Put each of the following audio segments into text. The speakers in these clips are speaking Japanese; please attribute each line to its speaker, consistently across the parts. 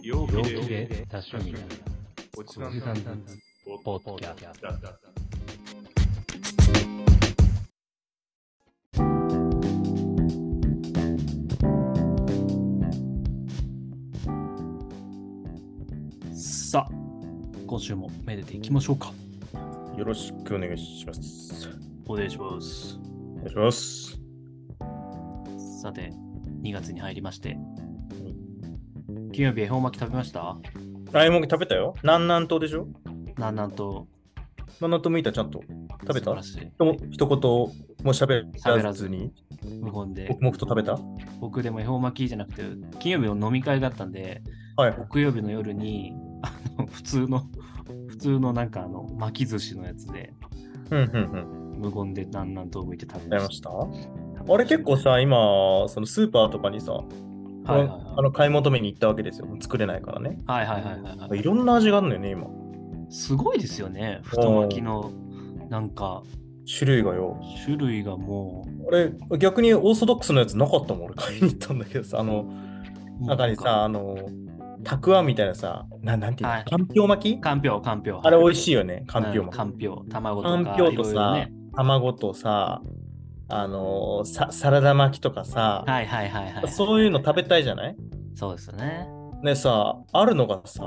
Speaker 1: 陽気
Speaker 2: 陽
Speaker 1: で
Speaker 2: 気で多趣味な
Speaker 1: おじ
Speaker 2: お
Speaker 1: さん
Speaker 2: じさ
Speaker 1: だ
Speaker 2: んだポッドキャスト
Speaker 3: さあ、今週もめでていきましょうか。
Speaker 4: よろしくお願いします。
Speaker 3: お願いします。
Speaker 4: お願いします。
Speaker 3: さて、2月に入りまして。金曜日、恵方巻き食べました
Speaker 4: ライモン食べたよ。南南東でしょ
Speaker 3: なんなんと
Speaker 4: 南南東向いたちゃんと。食べ
Speaker 3: 素晴
Speaker 4: た
Speaker 3: らしい
Speaker 4: とも一言も喋らずに、
Speaker 3: 無言で
Speaker 4: 黙々と食べたは
Speaker 3: 僕でも恵方巻きじゃなくて金曜日の飲み会があったんで
Speaker 4: い。
Speaker 3: 木曜日の夜にあの普通の普通のなんかあの巻き寿司のやつで
Speaker 4: うんうんうん。
Speaker 3: 無言でなんなんと向いて食
Speaker 4: 食べ
Speaker 3: べ
Speaker 4: ま
Speaker 3: ま
Speaker 4: し
Speaker 3: したた
Speaker 4: あれ結構さ、今、そのスーパーとかにさ、
Speaker 3: はいはいはい
Speaker 4: あの買い求めに行ったわけですよ。作れないからね。
Speaker 3: はいはいはいはいはい
Speaker 4: いろんな味があるのよね、今。
Speaker 3: すごいですよね太巻きのなんか
Speaker 4: 種類がよ。
Speaker 3: 種類がもう
Speaker 4: あれ、逆にオーソドックスのやつなかったもん、俺買いに行ったんだけどさ、あの、中にさ、あの、たくあんみたいなさ、ななんていうの、
Speaker 3: はい
Speaker 4: かんぴょう巻き
Speaker 3: かんぴょうかんぴょう
Speaker 4: あれ美味しいよね、かんぴょう
Speaker 3: う
Speaker 4: 巻
Speaker 3: ん
Speaker 4: き
Speaker 3: かんぴょう卵と
Speaker 4: か
Speaker 3: か
Speaker 4: んぴょうと
Speaker 3: いろいろ
Speaker 4: さ
Speaker 3: ね、
Speaker 4: 卵とさ、あのーさ、サラダ巻きとかさ、
Speaker 3: はいはいはいはい
Speaker 4: そういうの食べたいじゃない
Speaker 3: そうです ね
Speaker 4: ねさ、あるのがさ、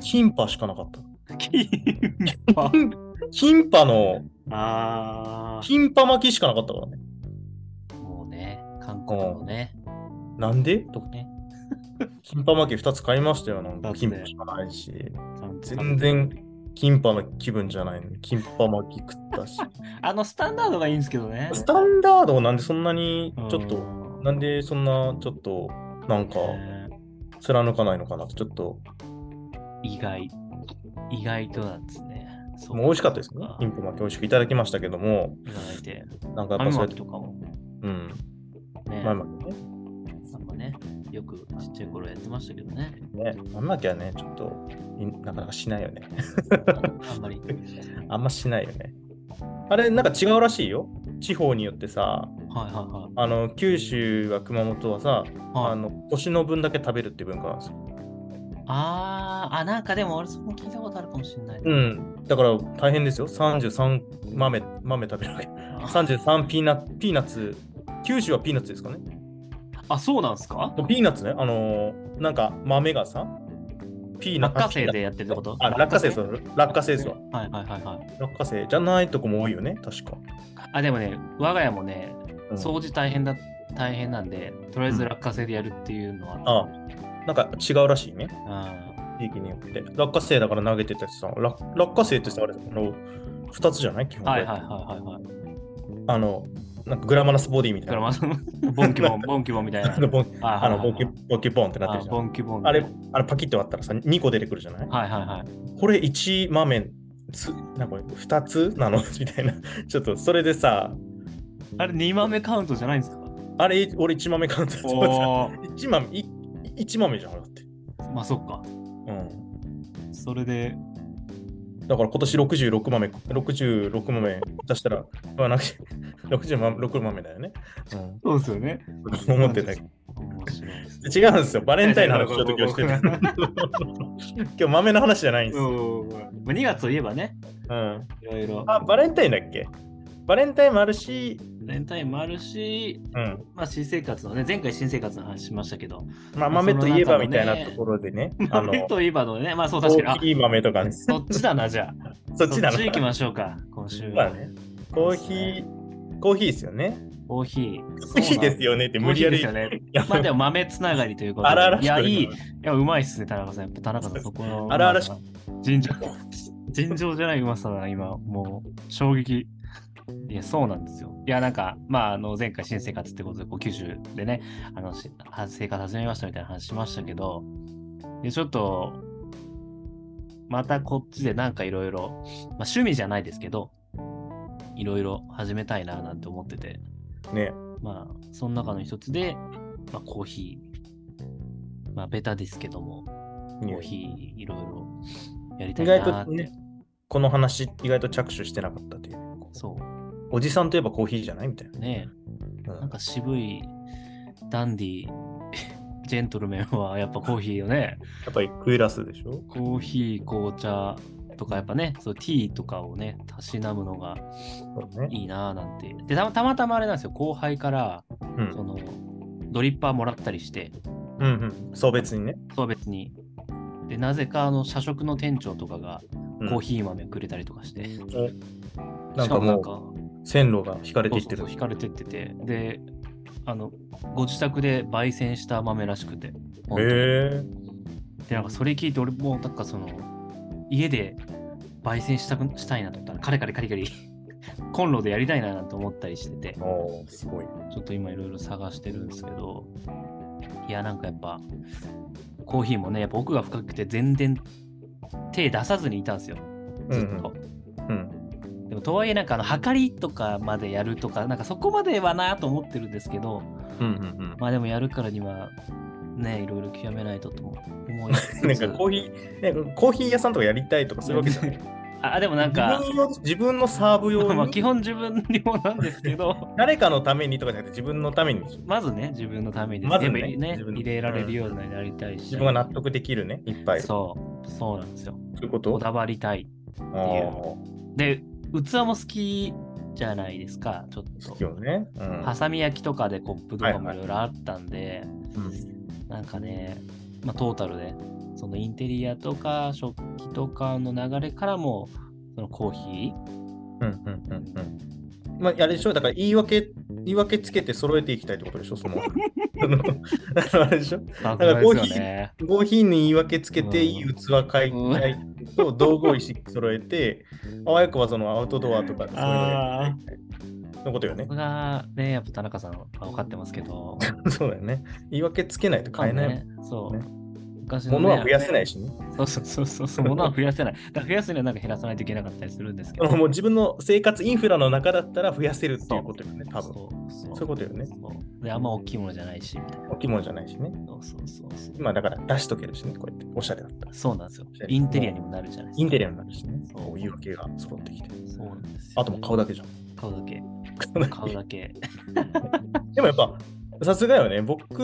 Speaker 4: キンパしかなかった。
Speaker 3: キンパ
Speaker 4: キンパの、
Speaker 3: あ
Speaker 4: キンパ巻きしかなかったからね。
Speaker 3: あ。もうね、韓国のね、
Speaker 4: なんで
Speaker 3: とね、
Speaker 4: キンパ巻き2つ買いましたよ。なん
Speaker 3: だっ
Speaker 4: かキ
Speaker 3: て
Speaker 4: ンパしかないし、
Speaker 3: ちゃんと
Speaker 4: 全然キンパの気分じゃないのに、キンパ巻き食った し。
Speaker 3: あのスタンダードがいいんですけどね。
Speaker 4: スタンダードをなんでそんなに
Speaker 3: うん
Speaker 4: ちょっと、なんでそんなちょっと、なんか
Speaker 3: ね
Speaker 4: 貫かないのかなと、ちょっと、
Speaker 3: 意外、意外となんですね。そ
Speaker 4: もう美味しかったですね。キ
Speaker 3: い
Speaker 4: ンパ巻き美味しくいただきましたけども、
Speaker 3: ただいて、
Speaker 4: なんかやっぱ
Speaker 3: 豆
Speaker 4: そ
Speaker 3: ま
Speaker 4: うやっ
Speaker 3: き
Speaker 4: て
Speaker 3: と、かも
Speaker 4: うん、
Speaker 3: ね、
Speaker 4: 豆まき
Speaker 3: なんかね、よくちっちゃい頃やってましたけど ね。
Speaker 4: ね。ね、豆まきはね、ちょっといなかなかしないよね。
Speaker 3: あんまり。
Speaker 4: あんましないよね。あれ、なんか違うらしいよ。地方によってさ、
Speaker 3: はいは
Speaker 4: あの九州は熊本はさ、
Speaker 3: いはい。
Speaker 4: あ
Speaker 3: はい、
Speaker 4: の年の分だけ食べるっていう文化なんですよ。
Speaker 3: あーあ、なんかでも俺そこ聞いたことあるかもしれない。
Speaker 4: う。ん。だから大変ですよ。33豆、豆食べる わけ。33ピーナピーナッツ。九州はピーナッツですかね。
Speaker 3: あ、そうなんですか
Speaker 4: ピーナッツね。あのーなんか豆がさ、ピーナ
Speaker 3: 落花生でやってるってこと
Speaker 4: あ、落花生そう、落花生そう。
Speaker 3: はいはいはいはい。
Speaker 4: 落花生じゃないとこも多いよね、確か。
Speaker 3: あでもね、我が家もね、
Speaker 4: うん
Speaker 3: 掃除大変だ、大変なんで、とりあえず落花生でやるっていうのは、
Speaker 4: あなんか違うらしいね、
Speaker 3: うん
Speaker 4: 地域によって。落花生だから投げてたやつさ、落落花生ってさ、あれあの2つじゃない基本
Speaker 3: はいはいはいはいはい。
Speaker 4: あの、なんかグラマラスボディみ
Speaker 3: だ
Speaker 4: た
Speaker 3: か
Speaker 4: い
Speaker 3: ら
Speaker 4: な
Speaker 3: ま。あ、そ のボンキボン、ボンキボンみたいな。
Speaker 4: あのボン
Speaker 3: あ
Speaker 4: あのボキボキボンってなって
Speaker 3: あ
Speaker 4: るじゃ
Speaker 3: ボ
Speaker 4: ん。
Speaker 3: ンキボン。
Speaker 4: あれ
Speaker 3: はい、
Speaker 4: あれパキッと割ったらさ、2個出てくるじゃない
Speaker 3: はいはい。
Speaker 4: これ1豆、つなんかこれ2つなのみたいな。ちょっとそれでさ、
Speaker 3: あれ2豆カウントじゃないんですか
Speaker 4: あれ、俺1豆買うんだと思って
Speaker 3: おー
Speaker 4: 1豆、い一豆じゃん、だって。
Speaker 3: まあそっか。
Speaker 4: うん。
Speaker 3: それで、
Speaker 4: だから今年66豆、66豆出したら、まあ、なんか 66豆だよね。
Speaker 3: そうですよね。
Speaker 4: うん、思ってたけど。
Speaker 3: 面白いですね。
Speaker 4: 違うんですよ。バレンタインの話ちょっと今日してて。 今日豆の話じゃないんですよ。
Speaker 3: 2月といえばね、
Speaker 4: うん、
Speaker 3: いろいろ、
Speaker 4: あ、バレンタインだっけバレンタインもあるし、
Speaker 3: バレンタインもあるし、
Speaker 4: うん、
Speaker 3: まあ新生活のね、前回新生活の話しましたけど、
Speaker 4: まあ豆といえば
Speaker 3: その中のね
Speaker 4: みたいなところでね、あの、
Speaker 3: 豆 といえばのね、まあそう確
Speaker 4: 大
Speaker 3: かに、
Speaker 4: きい豆とかね、
Speaker 3: あそっちだな、じゃあ。
Speaker 4: そっちだな。
Speaker 3: 行きましょうか、今週
Speaker 4: まあ
Speaker 3: は。
Speaker 4: ねコーヒー、コーヒーですよね。
Speaker 3: コーヒー。
Speaker 4: コーヒーですよねって
Speaker 3: そう
Speaker 4: 無
Speaker 3: な
Speaker 4: 理
Speaker 3: んコーヒー
Speaker 4: や
Speaker 3: で
Speaker 4: り
Speaker 3: す、よね。まあでも豆つながりということで。
Speaker 4: 荒々
Speaker 3: い
Speaker 4: し
Speaker 3: や、
Speaker 4: く
Speaker 3: いい。
Speaker 4: 言
Speaker 3: いう
Speaker 4: の
Speaker 3: や、うまいっすね、田中さん。やっぱ田中さん、そこの。
Speaker 4: 荒々しく
Speaker 3: うまさ尋常。 尋常じゃないうまさだな、今。もう、衝撃。いや、そうなんですよ。いや、なんか、まあ、あの、前回新生活ってことで、こう、九州でね、あの、し生活始めましたみたいな話しましたけど、で、ちょっと、またこっちでなんかいろいろ、まあ、趣味じゃないですけど、いろいろ始めたいななんて思ってて、
Speaker 4: ね。
Speaker 3: まあ、その中の一つで、まあ、コーヒー。まあ、ベタですけども、コーヒーいろいろやりた
Speaker 4: 意
Speaker 3: い
Speaker 4: 外
Speaker 3: なーっ
Speaker 4: と
Speaker 3: て。
Speaker 4: ね、この話、意外と着手してなかったという。
Speaker 3: そ
Speaker 4: おじさんといえばコーヒーじゃないみたいな。
Speaker 3: う。ね
Speaker 4: うん
Speaker 3: なんか渋いダンディー、 ジェントルメンはやっぱコーヒーよね。
Speaker 4: やっぱりクイラスでしょ
Speaker 3: コーヒー、紅茶とかやっぱね、そうティーとかをね、たしなむのが
Speaker 4: そうね。
Speaker 3: いいなぁなんて。でたま、たまたまあれなんですよ、後輩から、
Speaker 4: うん
Speaker 3: その、ドリッパーもらったりして、
Speaker 4: うんうん。そう別にね。
Speaker 3: そう別に。で、なぜかあの、社食の店長とかが
Speaker 4: うん
Speaker 3: コーヒー豆くれたりとかして。し
Speaker 4: なん
Speaker 3: か
Speaker 4: か
Speaker 3: もな
Speaker 4: も
Speaker 3: ん
Speaker 4: う
Speaker 3: か、
Speaker 4: 線路が引かれていっ
Speaker 3: そう
Speaker 4: て
Speaker 3: そ
Speaker 4: る
Speaker 3: うそう。引かれてってて。で、あの、ご自宅で焙煎した豆らしくて。本当に
Speaker 4: へえ。
Speaker 3: でなんかそれ聞いて俺もなんかその家で焙煎したくしたいなと思ったらカリカリカリカリ コンロでやりたいなと思ったりしてて
Speaker 4: おーすごい。
Speaker 3: ちょっと今いろいろ探してるんですけどいやなんかやっぱコーヒーもねやっぱ奥が深くて全然手出さずにいたんですよずっと、
Speaker 4: うん。
Speaker 3: でもとはいえなんかあの量りとかまでやるとかなんかそこまではなと思ってるんですけど
Speaker 4: うんうん
Speaker 3: まあでもやるからにはねいろいろ極めないととも思い つ
Speaker 4: うん。なん
Speaker 3: つ
Speaker 4: かコーヒー、なんかコーヒー屋さんとかやりたいとかそういうわけじゃない。
Speaker 3: あでもなんか
Speaker 4: 自分用自分のサーブ用
Speaker 3: まあ
Speaker 4: に
Speaker 3: 基本自分用なんですけど、
Speaker 4: 誰かのためにとかじゃなくて自分のためにでしょ
Speaker 3: まずね、自分のために
Speaker 4: まず
Speaker 3: 全部
Speaker 4: ね
Speaker 3: 入れね
Speaker 4: 自分の
Speaker 3: 入れられるようになりたいし、
Speaker 4: 自分が納得できるね、いっぱい。
Speaker 3: そう、そうなんですよ。
Speaker 4: ういうこ
Speaker 3: ことだわりたい。
Speaker 4: あー
Speaker 3: で、器も好きじゃないですか、ちょっ
Speaker 4: 好
Speaker 3: と
Speaker 4: き。よね。うん
Speaker 3: ハサミ焼きとかでコップとかも
Speaker 4: はいい
Speaker 3: ろいろあったんで、
Speaker 4: うん
Speaker 3: なんかね、まあ、トータルで、そのインテリアとか食器とかの流れからも、そのコーヒ
Speaker 4: うんうんうんうん。まあ、あれでしょだから言い訳、言い訳つけて揃えていきたいってことでしょその。 あのあのあれでしょ
Speaker 3: ー、だ
Speaker 4: からコーヒー
Speaker 3: ね。
Speaker 4: コーヒーに言い訳つけて、
Speaker 3: うん
Speaker 4: いい器買いたいと道具を一式揃えて、あわよくはそのアウトドアとかそういうのやりたいのことよね
Speaker 3: 僕。がね、やっぱ田中さんは分かってますけど、
Speaker 4: そうだよね。言い訳つけないと買えないもん。
Speaker 3: ね。そう。
Speaker 4: ね
Speaker 3: 昔のね
Speaker 4: 物は増やせないしね。
Speaker 3: そうそうそうそうそう、物は増やせない。だから増やすにはなんか減らさないといけなかったりするんですけど。
Speaker 4: もう自分の生活インフラの中だったら増やせるっていうことよね、多分。
Speaker 3: そうそ
Speaker 4: そ
Speaker 3: う
Speaker 4: ういうことよね
Speaker 3: そうで、あんま大きいものじゃないし、みたいな。
Speaker 4: 大きいものじゃないしね。
Speaker 3: そうそうそうそう。
Speaker 4: 今だから出しとけるしね、こうやっておしゃれだったら。
Speaker 3: そうなんですよ。インテリアにもなるじゃないですか。
Speaker 4: インテリアになるしね、
Speaker 3: そう
Speaker 4: こういう系が揃ってきて。
Speaker 3: そうなんですよ。
Speaker 4: あともう顔だけじゃん。
Speaker 3: 顔だけ。顔だけ。
Speaker 4: でもやっぱ、さすがよね。僕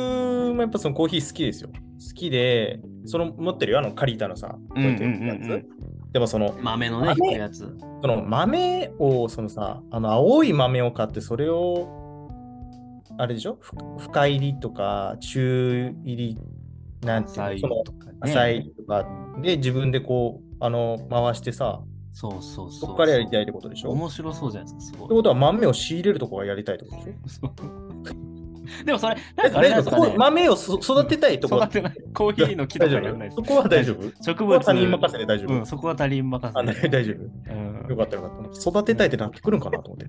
Speaker 4: もやっぱそのコーヒー好きですよ。好きで、その持ってるよ、あの、カリータのさ、こうやってやるやつ。
Speaker 3: うんうんうんうん
Speaker 4: でもその、
Speaker 3: 豆のね、
Speaker 4: 豆
Speaker 3: 引くやつ。
Speaker 4: その豆を、そのさ、あの、青い豆を買って、それを、あれでしょふ深入りとか、中入り、なんていうの、その、
Speaker 3: かね
Speaker 4: 浅いとかで、自分でこう、あの、回してさ、
Speaker 3: そうそうそう。
Speaker 4: そこからやりたいってことでしょ
Speaker 3: 面白そうじゃないですか。す
Speaker 4: っ
Speaker 3: ご
Speaker 4: て
Speaker 3: い
Speaker 4: ことは豆を仕入れるとこがやりたいってことでしょ
Speaker 3: そうでもそれ、なんかあれなん
Speaker 4: え
Speaker 3: です
Speaker 4: そ
Speaker 3: か
Speaker 4: こ
Speaker 3: ね。
Speaker 4: 豆をそ育てたいとこ
Speaker 3: 育てない。コーヒーの木と
Speaker 4: 大
Speaker 3: か
Speaker 4: 丈
Speaker 3: やんない
Speaker 4: 夫
Speaker 3: です
Speaker 4: そ。こは大丈夫
Speaker 3: 植
Speaker 4: そこは
Speaker 3: 物
Speaker 4: 他人任せで大丈
Speaker 3: うん、
Speaker 4: 夫
Speaker 3: そこは他人
Speaker 4: あ
Speaker 3: 任
Speaker 4: 大
Speaker 3: せで。
Speaker 4: 丈夫
Speaker 3: うん
Speaker 4: よかったよかった育てたいってなってくるんかなと思って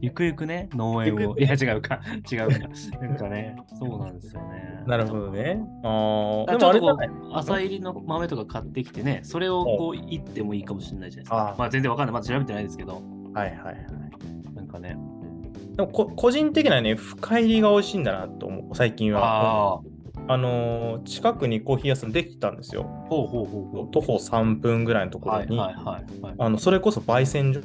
Speaker 3: ゆくゆくね、農園
Speaker 4: ゆ
Speaker 3: を。
Speaker 4: く
Speaker 3: いや、違うか。違うか。なんかね、そうなんですよね。
Speaker 4: なるほどねあ
Speaker 3: だ
Speaker 4: あ
Speaker 3: か
Speaker 4: でもあ
Speaker 3: ら。ちょ
Speaker 4: れじ
Speaker 3: っと
Speaker 4: ゃ
Speaker 3: こ、
Speaker 4: ないう
Speaker 3: 浅入りの豆とか買ってきてね、それをこう、いってもいいかもしれないじゃないですか
Speaker 4: あ。ー
Speaker 3: まあ、全然わかんない。まだ調べてないですけど、
Speaker 4: はいはいはい
Speaker 3: なんかね。
Speaker 4: でもこ個人的なね深入りが美味しいんだなと思う最近は
Speaker 3: ああ。
Speaker 4: あのー近くにコーヒー屋さんできたんですよ
Speaker 3: ほうほうほうほ
Speaker 4: 徒歩3分ぐらいのと
Speaker 3: う。
Speaker 4: ころ
Speaker 3: はい
Speaker 4: に
Speaker 3: はいはいはい。
Speaker 4: あのそれこそ焙煎所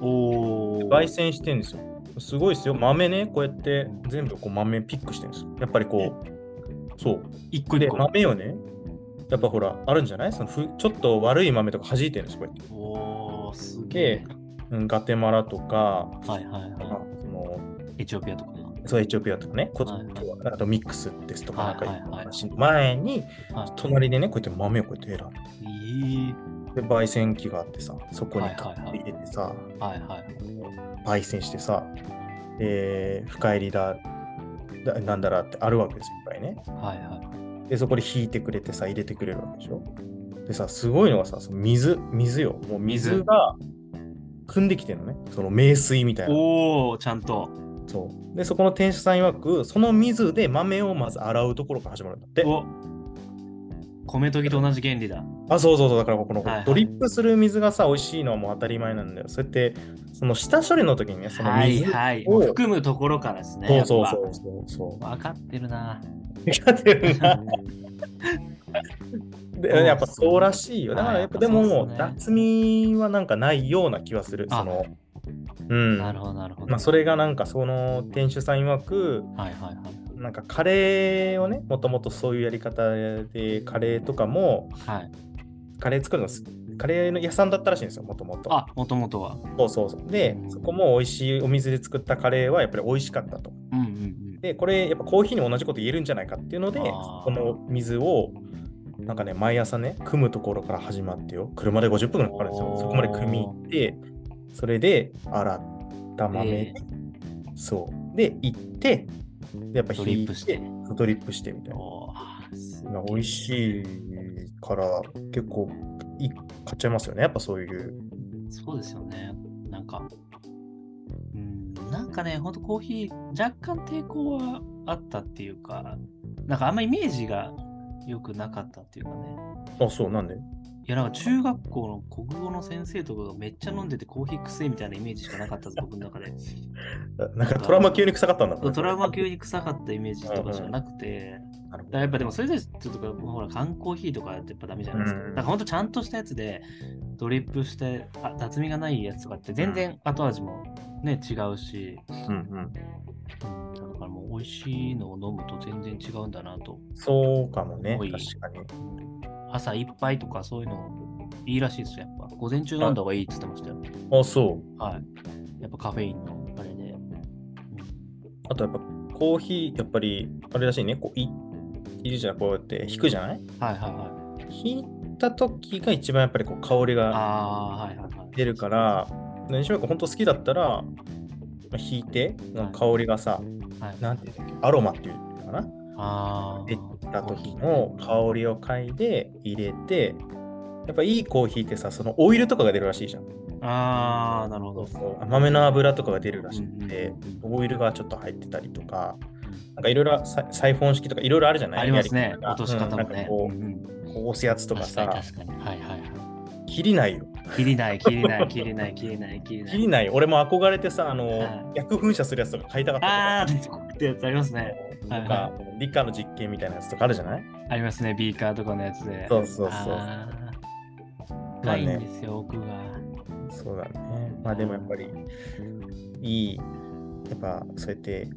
Speaker 3: おお。
Speaker 4: 焙煎してんですよ。すごいですよ。豆ね、こうやって全部こう豆ピックしてんですよ。やっぱりこう、そう。
Speaker 3: 一個一
Speaker 4: で、
Speaker 3: 個。
Speaker 4: 豆をね、やっぱほら、あるんじゃないそのふちょっと悪い豆とか弾いてるんですよ、こうやって。
Speaker 3: おお、すげえ。
Speaker 4: うん、ガテマラとか、
Speaker 3: はいはい
Speaker 4: まあ
Speaker 3: は
Speaker 4: その
Speaker 3: い。エチオピアとか。
Speaker 4: そうエチオピアとかね、こ
Speaker 3: はい
Speaker 4: あとミックスですとか、なんか
Speaker 3: はいはいはい
Speaker 4: 話の前に
Speaker 3: はい、
Speaker 4: 隣でね、こうやって豆をこうやって選
Speaker 3: いい。
Speaker 4: んで、で焙煎機があってさ、そこにカップ入れてさ、
Speaker 3: はいはい。
Speaker 4: 焙煎してさ、で、深入りだ、だなんだらってあるわけですよ、いっぱいね。
Speaker 3: はいはい。
Speaker 4: で、そこで引いてくれてさ、入れてくれるわけでしょ。でさ、すごいのがさ、その水、水よ。もう
Speaker 3: 水
Speaker 4: 水が汲んできてるのね。その名水みたいな。
Speaker 3: おお、ちゃんと。
Speaker 4: そう。で、そこの店主さん曰く、その水で豆をまず洗うところから始まるんだって。
Speaker 3: お米とぎと同じ原理だ。
Speaker 4: あ、そうそうそう。だからこの、
Speaker 3: はいはい
Speaker 4: ドリップする水がさ、美味しいのはもう当たり前なんだよ。そうやって、その下処理の時にね、その
Speaker 3: はい
Speaker 4: 水。
Speaker 3: はい。
Speaker 4: を
Speaker 3: 含むところからですね。
Speaker 4: そうそう
Speaker 3: やっ
Speaker 4: そうそうそう。
Speaker 3: ぱ分かって るな。
Speaker 4: やってるなで
Speaker 3: そう
Speaker 4: やっぱそうらしいよ。だからやっぱ
Speaker 3: はい
Speaker 4: で
Speaker 3: やっぱそ
Speaker 4: も、
Speaker 3: うですね
Speaker 4: 脱味はなんかないような気はする。
Speaker 3: あ
Speaker 4: そのうん。
Speaker 3: なるほどなるほど。
Speaker 4: まあそれがなんかその店主さん曰く、
Speaker 3: はいはいはい。
Speaker 4: なんかカレーをね、もともとそういうやり方で、カレーとかも、
Speaker 3: はい。
Speaker 4: カレー作るのす、カレーの屋さんだったらしいんですよ、もともと。
Speaker 3: あ、もともとは。
Speaker 4: そうそうそう。で、そこも美味しいお水で作ったカレーはやっぱり美味しかったと。
Speaker 3: うんうん
Speaker 4: で、これやっぱコーヒーにも同じこと言えるんじゃないかっていうので、
Speaker 3: あー
Speaker 4: この水を、なんかね、毎朝ね、汲むところから始まってよ。車で50分ぐらいかかるんですよ
Speaker 3: お。ー
Speaker 4: そこまで汲み行って、それで洗った
Speaker 3: うん。
Speaker 4: 豆、
Speaker 3: で、
Speaker 4: そう。で、行って、でやっぱ
Speaker 3: ド
Speaker 4: 引
Speaker 3: リッ
Speaker 4: い
Speaker 3: プして
Speaker 4: て、。ドリップしてみたいな。
Speaker 3: おーす
Speaker 4: まあ美味しいから、結構い買っちゃいますよね。やっぱそういう。
Speaker 3: そうですよね。なんか、うん、なんかね、ほんとコーヒー、若干抵抗はあったっていうか、なんかあんまイメージが良くなかったっていうかね。
Speaker 4: あ、そう、なんで
Speaker 3: いや、なんか中学校の国語の先生とかがめっちゃ飲んでてコーヒーくせえみたいなイメージしかなかったです、僕の中で。
Speaker 4: ななんかトラウマ級に臭かったんだろうね
Speaker 3: トラウマ級に臭かったイメージとかしかなくて、
Speaker 4: なるほど
Speaker 3: だからやっぱでもそれでちょっとほら缶コーヒーとかやってやっぱダメじゃないですか。
Speaker 4: うん
Speaker 3: だからほんとちゃんとしたやつでドリップしてあ雑味がないやつとかって全然後味もね違うし、
Speaker 4: うん
Speaker 3: うんだからもう美味しいのを飲むと全然違うんだなと。
Speaker 4: うん、そうかもね、
Speaker 3: 多い
Speaker 4: 確かに。
Speaker 3: 朝一杯とかそういうのいいらしいですよ。やっぱ午前中飲んだ方がいいって言ってましたよ。
Speaker 4: あ、そう。
Speaker 3: はい。やっぱカフェインのあれで。
Speaker 4: あとやっぱコーヒー、やっぱり、あれらしいね、こういいるじゃん、こうやって引くじゃない
Speaker 3: はいはいはい。
Speaker 4: 引いた時が一番やっぱりこう香り
Speaker 3: あ
Speaker 4: が
Speaker 3: あー、はいはいはい。
Speaker 4: 出るから、西村君、本当好きだったら、まあ引いて、
Speaker 3: はい
Speaker 4: 香りがさ、
Speaker 3: はい、
Speaker 4: なんていうんだっけ、アロマっていうのかな、
Speaker 3: あ
Speaker 4: 出
Speaker 3: あ。
Speaker 4: た時の香りを嗅いで入れて、やっぱいいコーヒーってさ、そのオイルとかが出るらしいじゃん。
Speaker 3: ああ、なるほど。
Speaker 4: 甘めの油とかが出るらしくて、
Speaker 3: うん
Speaker 4: オイルがちょっと入ってたりとか、なんかいろいろさサイフォン式とかいろいろあるじゃない
Speaker 3: ありますね
Speaker 4: や。り
Speaker 3: 落とし
Speaker 4: うん
Speaker 3: 方も
Speaker 4: なん
Speaker 3: ね
Speaker 4: か。こ
Speaker 3: うんうん
Speaker 4: う、こう押すやつとか
Speaker 3: 確かに
Speaker 4: さ、
Speaker 3: 確かに。はいはいは
Speaker 4: 切りないよ。
Speaker 3: い。切りない、切りない、切りない、切りない、切りな
Speaker 4: 切り
Speaker 3: い。
Speaker 4: ないよ。俺も憧れてさ、あ
Speaker 3: は
Speaker 4: の、薬噴射するやつとか買いたかったとか
Speaker 3: ああ、出てこってやつありますね。はい
Speaker 4: と
Speaker 3: は
Speaker 4: か、理科の実験みたいなやつとかあるじゃない
Speaker 3: い。ありますね、ビーカーとかのやつで。
Speaker 4: そうそうそう。
Speaker 3: あー
Speaker 4: まあ
Speaker 3: 深いん
Speaker 4: ね
Speaker 3: で、すよ、奥が。
Speaker 4: そうだね。まあでもやっぱり、いい、やっぱそうやって、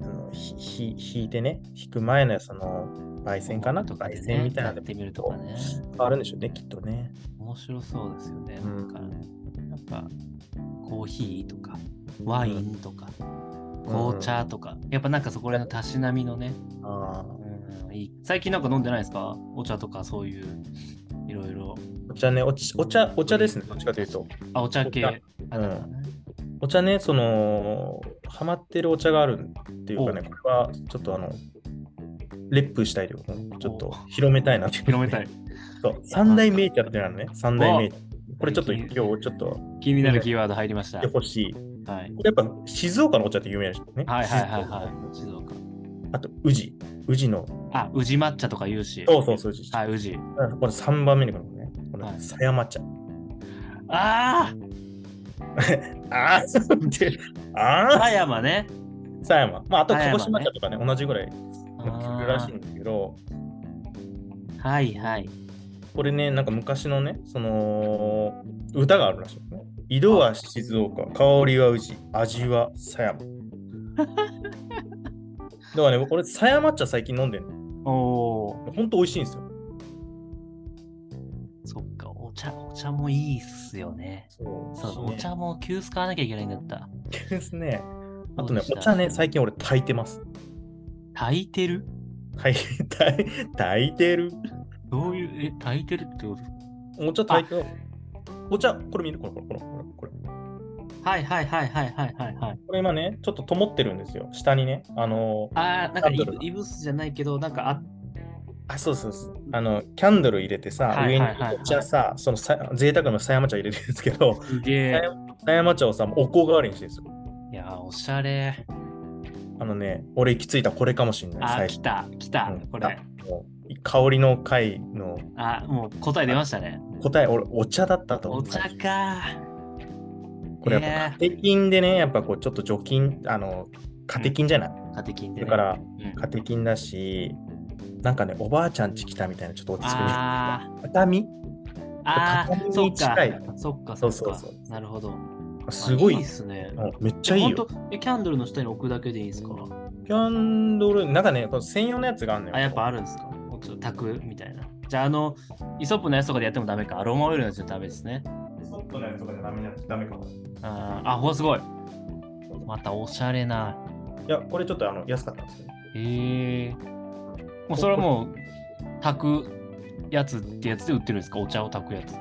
Speaker 4: あのひひ引いてね、引く前のその、焙煎かなとか、
Speaker 3: で
Speaker 4: 焙
Speaker 3: ね
Speaker 4: 煎みたいな
Speaker 3: やっ
Speaker 4: の
Speaker 3: て
Speaker 4: で
Speaker 3: みるとかね。
Speaker 4: 変わるんでしょうね、きっとね。
Speaker 3: 面白そうですよね。
Speaker 4: う
Speaker 3: な
Speaker 4: ん
Speaker 3: んか、やっぱ、コーヒーとか、ワインとか、紅茶とか、やっぱなんかそこら辺のたしなみのね、
Speaker 4: ああ。
Speaker 3: うんいい最近なんか飲んでないですかお茶とかそういう、いろいろ。
Speaker 4: お茶ね、おちお茶、お茶ですね、どっちかというと。
Speaker 3: あ、お茶系。
Speaker 4: お茶
Speaker 3: あだからね
Speaker 4: お茶ね、その、ハマってるお茶があるっていうかね、これはちょっとあの、レップしたいというか、ちょっと広めたいなっていう
Speaker 3: 広め たい。
Speaker 4: そう、三大銘茶ってなのね、三大銘茶。これちょっと
Speaker 3: 最
Speaker 4: 今日
Speaker 3: 近
Speaker 4: ちょっと
Speaker 3: 気になるキーワード入りました。
Speaker 4: やって
Speaker 3: は
Speaker 4: ほ
Speaker 3: い。
Speaker 4: しい。
Speaker 3: はい
Speaker 4: これやっぱ静岡のお茶って有名ですよね。
Speaker 3: はいはい
Speaker 4: 静岡
Speaker 3: はい。静岡。
Speaker 4: あと、宇治。宇治の、
Speaker 3: あ、宇治抹茶とか言うし。
Speaker 4: そうそうそう、宇治。
Speaker 3: はい、宇治。
Speaker 4: これ3番目にこのね、こ
Speaker 3: はい
Speaker 4: の狭山茶。
Speaker 3: あ
Speaker 4: あーそう見てるあ
Speaker 3: あ
Speaker 4: ー
Speaker 3: 葉山 ね。
Speaker 4: 狭山。まあ、あと
Speaker 3: 狭
Speaker 4: 鹿児
Speaker 3: 山ね
Speaker 4: 島茶とかね、同じぐらい
Speaker 3: あ
Speaker 4: 来るらしいんだけど、
Speaker 3: ーはいはい。
Speaker 4: これね、なんか昔のね、その歌があるらしいよね。色は静岡、香りは宇治、味は狭山。だからね、これ、狭山茶最近飲んでるの。
Speaker 3: おお
Speaker 4: ほんと美味しいんですよ。
Speaker 3: ー。そっか、お茶、お茶もいいっすよね。
Speaker 4: そう
Speaker 3: そうだ、お茶も急須買わなきゃいけないんだった。
Speaker 4: ですね。あとね、
Speaker 3: どうでした
Speaker 4: お茶ね、最近俺炊いてます。
Speaker 3: 炊いてる
Speaker 4: 炊い炊い炊いてる。
Speaker 3: どういう、え、炊いてるってこと
Speaker 4: お茶炊いてる。お茶、これ見るこれ、これ、これ、これ。これ
Speaker 3: はいはいはいはいはいはいはい。
Speaker 4: これ今ね、ちょっと灯ってるんですよ。下にね。あのー、
Speaker 3: ああ、なんかイ
Speaker 4: キャンドル
Speaker 3: ブ
Speaker 4: が
Speaker 3: イブスじゃないけど、なんかあ
Speaker 4: あ、そうそうそう。あの、キャンドル入れてさ、
Speaker 3: はい
Speaker 4: 上に
Speaker 3: はいはいはい
Speaker 4: お茶さ、そのさ贅沢の狭山茶入れてるんですけ ど、
Speaker 3: すげえ。
Speaker 4: 狭山茶をさ、もうお香代わりにしてるんですよ。
Speaker 3: いやー、おしゃれ。
Speaker 4: あのね、俺行き着いたこれかもしれな
Speaker 3: あ、
Speaker 4: い。
Speaker 3: 来
Speaker 4: 近
Speaker 3: た、来た
Speaker 4: うん、
Speaker 3: こ
Speaker 4: あ
Speaker 3: れ。
Speaker 4: もう香りの回の
Speaker 3: あ、もう答え出ましたね。
Speaker 4: 答え、俺、お茶だったと思
Speaker 3: お
Speaker 4: う。
Speaker 3: 茶か。
Speaker 4: これやっぱカテキンでね、やっぱこう、ちょっと除菌、あの、カテキンじゃない。
Speaker 3: カテキンで、
Speaker 4: だ
Speaker 3: ね。
Speaker 4: から、
Speaker 3: うん、
Speaker 4: カテキンだし、なんかね、おばあちゃんち来たみたいな、ちょっと落ち着くね。
Speaker 3: あー
Speaker 4: 畳
Speaker 3: あー、
Speaker 4: 畳
Speaker 3: そ
Speaker 4: に
Speaker 3: っか
Speaker 4: 近い。
Speaker 3: そっか、
Speaker 4: そ
Speaker 3: そうっ
Speaker 4: そうそ
Speaker 3: か
Speaker 4: う。
Speaker 3: なるほど。
Speaker 4: すごい
Speaker 3: いいっすね。
Speaker 4: うんめっちゃいい
Speaker 3: ほん
Speaker 4: よ
Speaker 3: と。えキャンドルの下に置くだけでいいんですか
Speaker 4: キャンドル、なんかね、この専用のやつがあるのよ。
Speaker 3: あ、やっぱあるんですかちょっと炊くみたいな。じゃあ、あの、イソップのやつとかでやってもダメか。アロマオイルのやつじゃダメですね。
Speaker 5: ソットのやつとかじゃダメなダメかも。
Speaker 3: あーあ、ほらすごい。またおしゃれな。
Speaker 4: いや、これちょっとあの安かったんですよ。
Speaker 3: ええもうそれはもう、炊くやつってやつで売ってるんですかお茶を炊くやつ。
Speaker 4: ま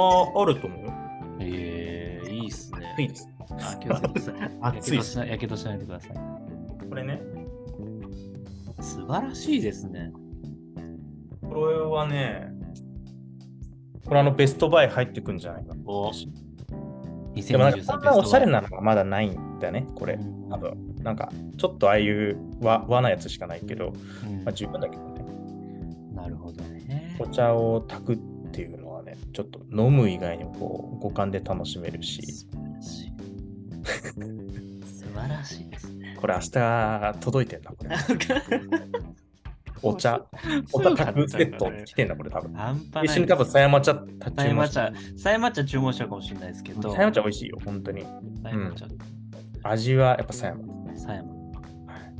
Speaker 4: あ、あると思うよ。
Speaker 3: ええいいっすね。
Speaker 4: いです。
Speaker 3: あ気をつけてください。やけ
Speaker 4: 熱い
Speaker 3: ど
Speaker 4: っ
Speaker 3: し
Speaker 4: す。
Speaker 3: ないやけどしないでください。
Speaker 4: これね、
Speaker 3: 素晴らしいですね。
Speaker 5: これはね、
Speaker 4: これあのベストバイ入ってくんじゃないかな。
Speaker 3: お
Speaker 4: でもなんか、
Speaker 3: 2023
Speaker 4: そんなおしゃれ
Speaker 3: ベス
Speaker 4: なのがまだないんだね、これ
Speaker 3: ト。うん
Speaker 4: 多分なんか、ちょっとああいう和和なやつしかないけど、
Speaker 3: うん
Speaker 4: まあ、十分だけどね。
Speaker 3: なるほどね。
Speaker 4: お茶を炊くっていうのはね、ちょっと飲む以外にもこう五感で楽しめるし、
Speaker 3: 素晴らしい。素晴ら しいですね。
Speaker 4: これ明日届いてんだ、これ。お茶、お
Speaker 3: す
Speaker 4: 茶
Speaker 3: ぐ買っ
Speaker 4: 炊くセッ
Speaker 3: ちゃ
Speaker 4: ト
Speaker 3: うからね
Speaker 4: 来てんだ、これ多分。
Speaker 3: 半端ない。
Speaker 4: 一緒に多分、さやま茶、
Speaker 3: さやま
Speaker 4: 注
Speaker 3: 茶、さやま茶注文しちゃうかもしれないですけ
Speaker 4: 文
Speaker 3: ど、
Speaker 4: しさやま茶美味しいよ、本当に。
Speaker 3: さやま茶、
Speaker 4: 味はやっぱさやま。
Speaker 3: さやま。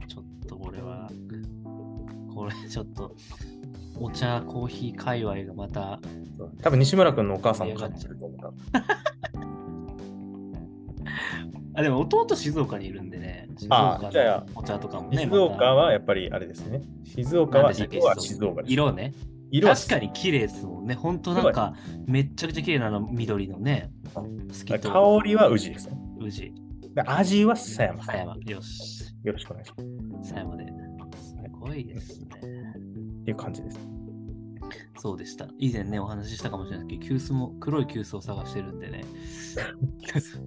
Speaker 3: ちょっと俺は、これちょっと、お茶、コーヒー界隈がまた、
Speaker 4: 多分西村君のお母さんも買ってると思うから。
Speaker 3: あ、でも弟静岡にいるんでね、静
Speaker 4: あ
Speaker 3: 岡の
Speaker 4: じゃあ
Speaker 3: お茶とかもね、
Speaker 4: 静岡
Speaker 3: ま
Speaker 4: はやっぱりあれですね。静岡
Speaker 3: なん
Speaker 4: は
Speaker 3: でしたっけ
Speaker 4: 色は静岡
Speaker 3: た
Speaker 4: です。
Speaker 3: 色ね。
Speaker 4: 色は
Speaker 3: 確かに綺麗ですもんね。本当なんか、めっちゃくちゃ綺麗なの、緑のね、
Speaker 4: う
Speaker 3: 透き通
Speaker 4: 香
Speaker 3: る
Speaker 4: りは宇治ですね。
Speaker 3: 宇治、
Speaker 4: で味は狭山。
Speaker 3: 狭山、よし、
Speaker 4: よろしくお願いします。
Speaker 3: 狭山で。すごいですね。
Speaker 4: っていう感じです。
Speaker 3: そうでした。以前ね、お話ししたかもしれないですけど、急須も、黒い急須を探してる んでね、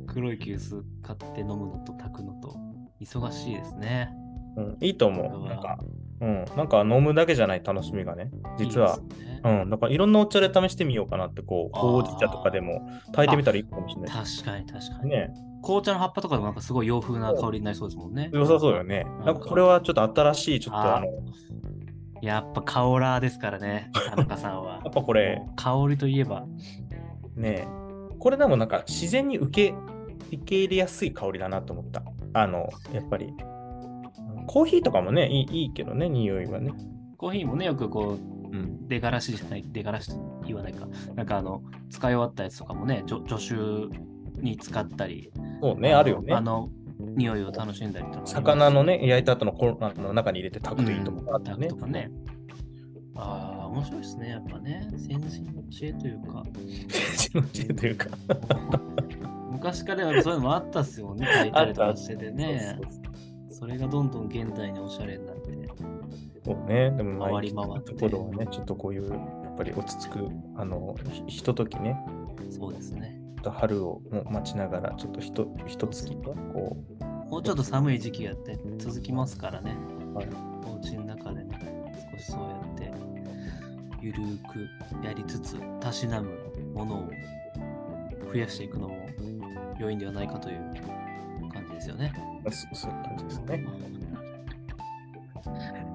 Speaker 3: 黒い急須買って飲むのと炊くのと、忙しいですね。
Speaker 4: うん、いいと思う。なんか、うん、なんか飲むだけじゃない楽しみがね、実は。
Speaker 3: いいですね
Speaker 4: うん、なんかいろんなお茶で試してみようかなって、こう、
Speaker 3: あー
Speaker 4: ほうじ茶とかでも炊いてみたらいいかもしれない
Speaker 3: 確かに確かに、
Speaker 4: ね。
Speaker 3: 紅茶の葉っぱとかでもなんかすごい洋風な香りになりそうですもんね。
Speaker 4: 良さそうよね。なんかこれはちょっと新しい、ちょっとあの、
Speaker 3: やっぱカオラーですからね、田中さんは
Speaker 4: やっ。 ぱこれ、
Speaker 3: 香りといえば、
Speaker 4: ねこれでもなんか自然に受け受け入れやすい香りだなと思ったあのやっぱりコーヒーとかもねいいいいけどね匂いはね
Speaker 3: コーヒーもね、よくこ
Speaker 4: う
Speaker 3: う、
Speaker 4: ん
Speaker 3: 出がらしじゃない、出がらしと言わないか、なんかあの、使い終わったやつとかもね、助助手に使ったり、
Speaker 4: そうねあるよね
Speaker 3: あの、匂いを楽しんだりとか。
Speaker 4: 魚のね焼いた後のコロナの中に入れて炊
Speaker 3: う
Speaker 4: く
Speaker 3: ん、
Speaker 4: といいと思う
Speaker 3: ダクとかね。ああ、面白いですね、やっぱね。先人の知恵というか、
Speaker 4: 自分の知恵というか
Speaker 3: 昔からなんかそういうのもあったっ すよね、書いたりとかしててね。
Speaker 4: そうそう
Speaker 3: それがどんどん現代におしゃれになって。
Speaker 4: そうねでもまあ
Speaker 3: 回り回って
Speaker 4: 行くところはねちょっとこういうやっぱり落ち着くあのひひとときね
Speaker 3: そうですね。
Speaker 4: ちょっと春をも待ちながらちょっとひとひと月ねこう
Speaker 3: もうちょっと寒い時期やって続きますからね。
Speaker 4: はい
Speaker 3: お家の中でね、少しそうやって、ゆるーくやりつつ、たしなむものを増やしていくのも良いんではないかという感じですよね。
Speaker 4: そうそういう感じですね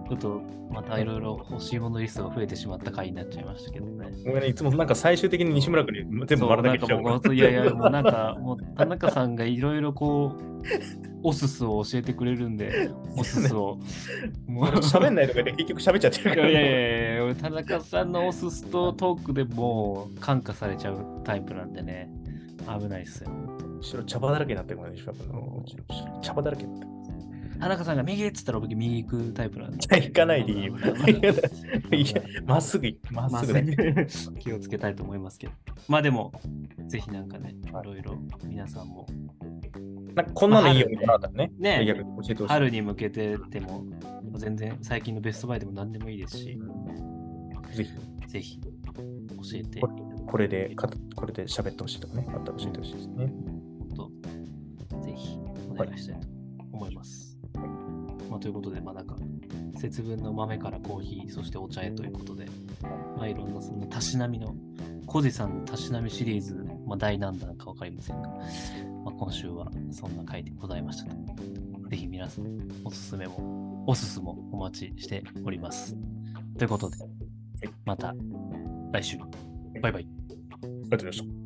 Speaker 3: ちょっとまたいろいろ欲しいものリストが増えてしまった回になっちゃいましたけどね。
Speaker 4: ごめんね、いつもなんか最終的に西村君に全部
Speaker 3: そう
Speaker 4: 丸投げしちゃう
Speaker 3: なんかもういやい や、もうなんか、もう田中さんがいろいろこう、おすすを教えてくれる んで、おすすを。もう
Speaker 4: 喋んないとかで結局喋っちゃってる
Speaker 3: い
Speaker 4: から。
Speaker 3: やいやいやいや、俺田中さんのおすすとトークでもう感化されちゃうタイプなんでね、危ないっすよ。
Speaker 4: むしろ茶葉だらけになってるからね、西村君の。茶葉だらけになって
Speaker 3: 田中さんが右っつったら僕右行くタイプなんで。
Speaker 4: る。行かないでいいよ。 いや、まっすぐ行く、ま
Speaker 3: ま
Speaker 4: っ
Speaker 3: っ
Speaker 4: す
Speaker 3: す
Speaker 4: ぐ
Speaker 3: ぐ
Speaker 4: だけ。
Speaker 3: 気をつけたいと思いますけど。まあでも、ぜひなんかね、い
Speaker 4: はい
Speaker 3: ろいろ皆さんも、
Speaker 4: なんかこんなのいいよみたいなのあったらね。
Speaker 3: ね
Speaker 4: 逆に教えてほしい。
Speaker 3: 春に向けてでも、全然最近のベストバイでも何でもいいですし、
Speaker 4: ぜひ、
Speaker 3: ぜひ教えて、
Speaker 4: ここれで、かこれで喋ってほしいとかね、あったら教えてほしいですね。
Speaker 3: 本当ぜひお願いしたいと思います。まあ、ということで、まあなんか、節分の豆からコーヒー、そしてお茶へということで、まあいろんなそのたしなみの、コジさんのたしなみシリーズ、まあ第何弾かわかりませんが、まあ、今週はそんな回でございましたと。ぜひ皆さん、おすすめも、おすすもお待ちしております。ということで、また来週。バイバ
Speaker 4: あ
Speaker 3: イ。
Speaker 4: りがとうございました。